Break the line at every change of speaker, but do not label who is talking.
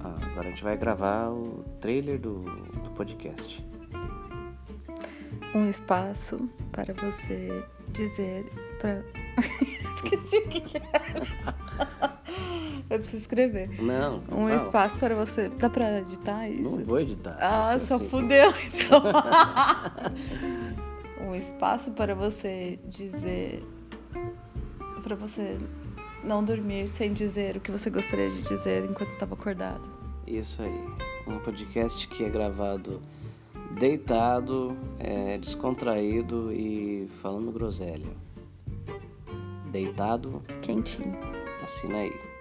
Ah, gente vai gravar o trailer do, do podcast.
Um espaço para você dizer pra. Esqueci o que que era. Eu preciso escrever.
Não,
Um
fala.
espaço para você. Dá pra editar isso?
Não vou editar.
Ah,
Assim,
só
assim,
fudeu então. um espaço para você dizer. Para você não dormir sem dizer o que você gostaria de dizer enquanto estava acordado.
Isso aí. Um podcast que é gravado deitado, é, descontraído e falando groselha. Deitado,
Quentinho.
assina aí.